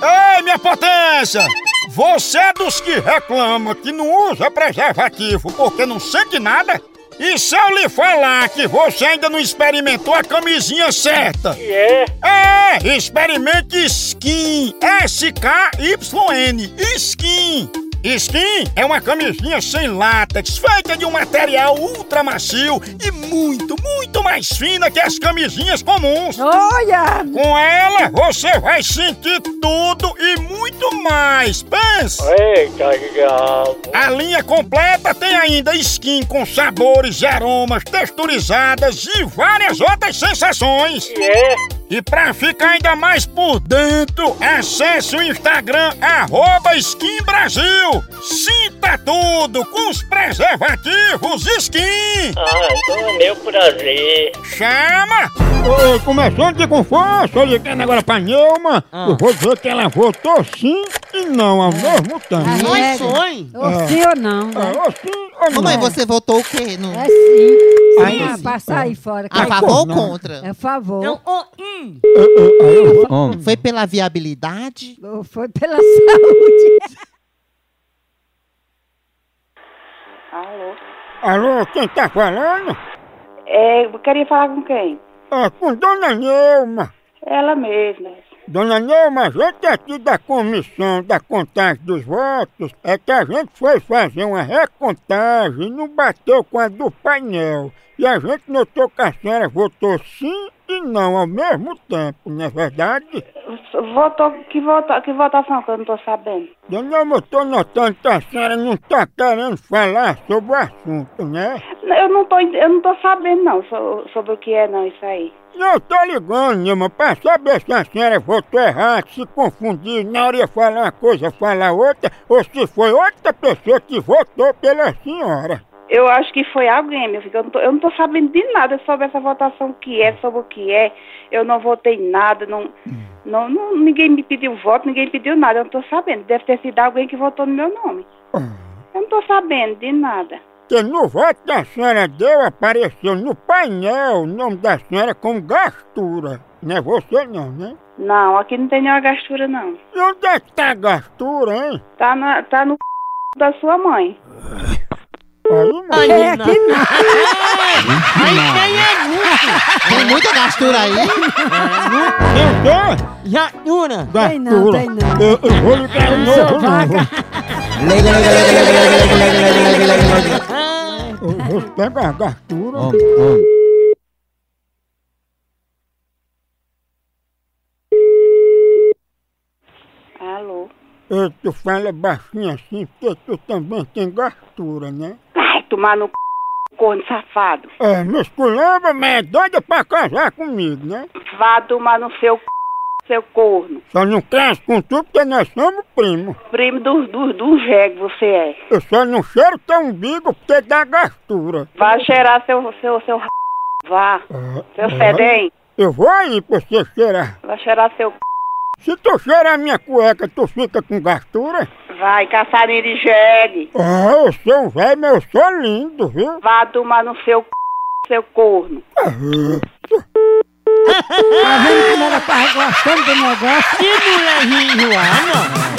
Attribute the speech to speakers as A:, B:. A: Dona Potência! Você é dos que reclama que não usa preservativo porque não sente nada? E se eu lhe falar que você ainda não experimentou a camisinha certa?
B: E é?
A: É, experimente Skin. S-K-Y-N. Skin. Skin é uma camisinha sem látex, feita de um material ultra macio e muito, muito mais fina que as camisinhas comuns.
C: Olha!
A: Com ela, você vai sentir tudo e muito mais. Pensa!
B: Eita, diabo.
A: A linha completa tem ainda skin com sabores e aromas texturizadas e várias outras sensações.
B: E é?
A: E pra ficar ainda mais por dentro, acesse o Instagram arroba Skin Brasil. Sinta tudo com os preservativos Skin.
B: Ah, então é meu prazer.
A: Chama! Oi, começando aqui com força, ligando agora pra Neuma, eu vou dizer que ela votou sim e não ao mesmo tempo.
C: É.
D: Oi, sonho.
C: Ou sim ou não,
A: Ah,
C: né?
A: ou sim ou não.
D: Mamãe, você votou o quê? No...
C: É sim.
A: Aí
C: ah,
A: sim.
C: passa aí fora.
D: A
C: cara.
D: Ah, favor ou contra?
C: É um- a favor.
D: Não. Foi pela viabilidade?
C: Ou Foi pela saúde.
E: Alô?
A: Alô, quem tá falando?
E: É, eu queria falar com quem?
A: É com Dona Neuma.
E: Ela mesma.
A: Dona Neuma, a gente aqui da comissão da contagem dos votos é que a gente foi fazer uma recontagem e não bateu com a do painel. E a gente notou que a senhora votou sim e não ao mesmo tempo, não é verdade?
E: Votou, que, voto, que votação que eu não tô sabendo?
A: Dona Neuma, eu tô notando que a senhora não tá querendo falar sobre o assunto, né?
E: Eu não tô, eu não tô sabendo, não, so- sobre o que é, não, isso aí.
A: Não, eu tô ligando, Nilma, pra saber se a senhora votou errado, se confundiu, na hora de falar uma coisa, falar outra, ou se foi outra pessoa que votou pela senhora.
E: Eu acho que foi alguém, meu filho. Eu não tô, eu não tô sabendo de nada sobre essa votação, o que é, sobre o que é. Eu não votei nada, não, não, não- ninguém me pediu voto, ninguém pediu nada. Eu não tô sabendo. Deve ter sido alguém que votou no meu nome. Eu não tô sabendo de nada.
A: Que no voto que a senhora deu, apareceu no painel o nome da senhora como gastura. Não é você não, né?
E: Não, aqui não tem nenhuma gastura, não.
A: E onde é que tá a gastura, hein?
E: Tá, na, tá no c... da sua mãe.
A: Aí, mano.
C: É aqui não.
D: Tem muita gastura aí.
A: Tem
D: Gastura.
A: o quê?
C: Tem não, tem não.
A: Eu, eu vou ligar o novo
C: vaga.
A: número. Eu vou pegar a gastura.
E: Alô?
A: Ei, tu fala baixinho assim, porque tu também tem gastura, né?
E: Vai tomar no c... corno safado.
A: É, musculamba, mas é doida pra casar comigo, né?
E: Vá tomar no seu c... seu corno.
A: Só não caso com tu porque nós somos primo.
E: Primo do, do, do jegue você é.
A: Eu só não cheiro teu umbigo porque dá gastura.
E: Vá cheirar seu, seu, seu r... Vá. Seu fedem.
A: Eu vou aí pra você cheirar.
E: Vá cheirar seu c...
A: Se tu cheirar minha cueca, tu fica com gastura?
E: Vai, caçarinho de jegue.
A: Ah, eu sou um velho, mas eu sou lindo, viu?
E: Vá tomar no seu c... seu corno.
C: Tá vendo como ela tá gostando do negócio?
D: Que mulher rijoana.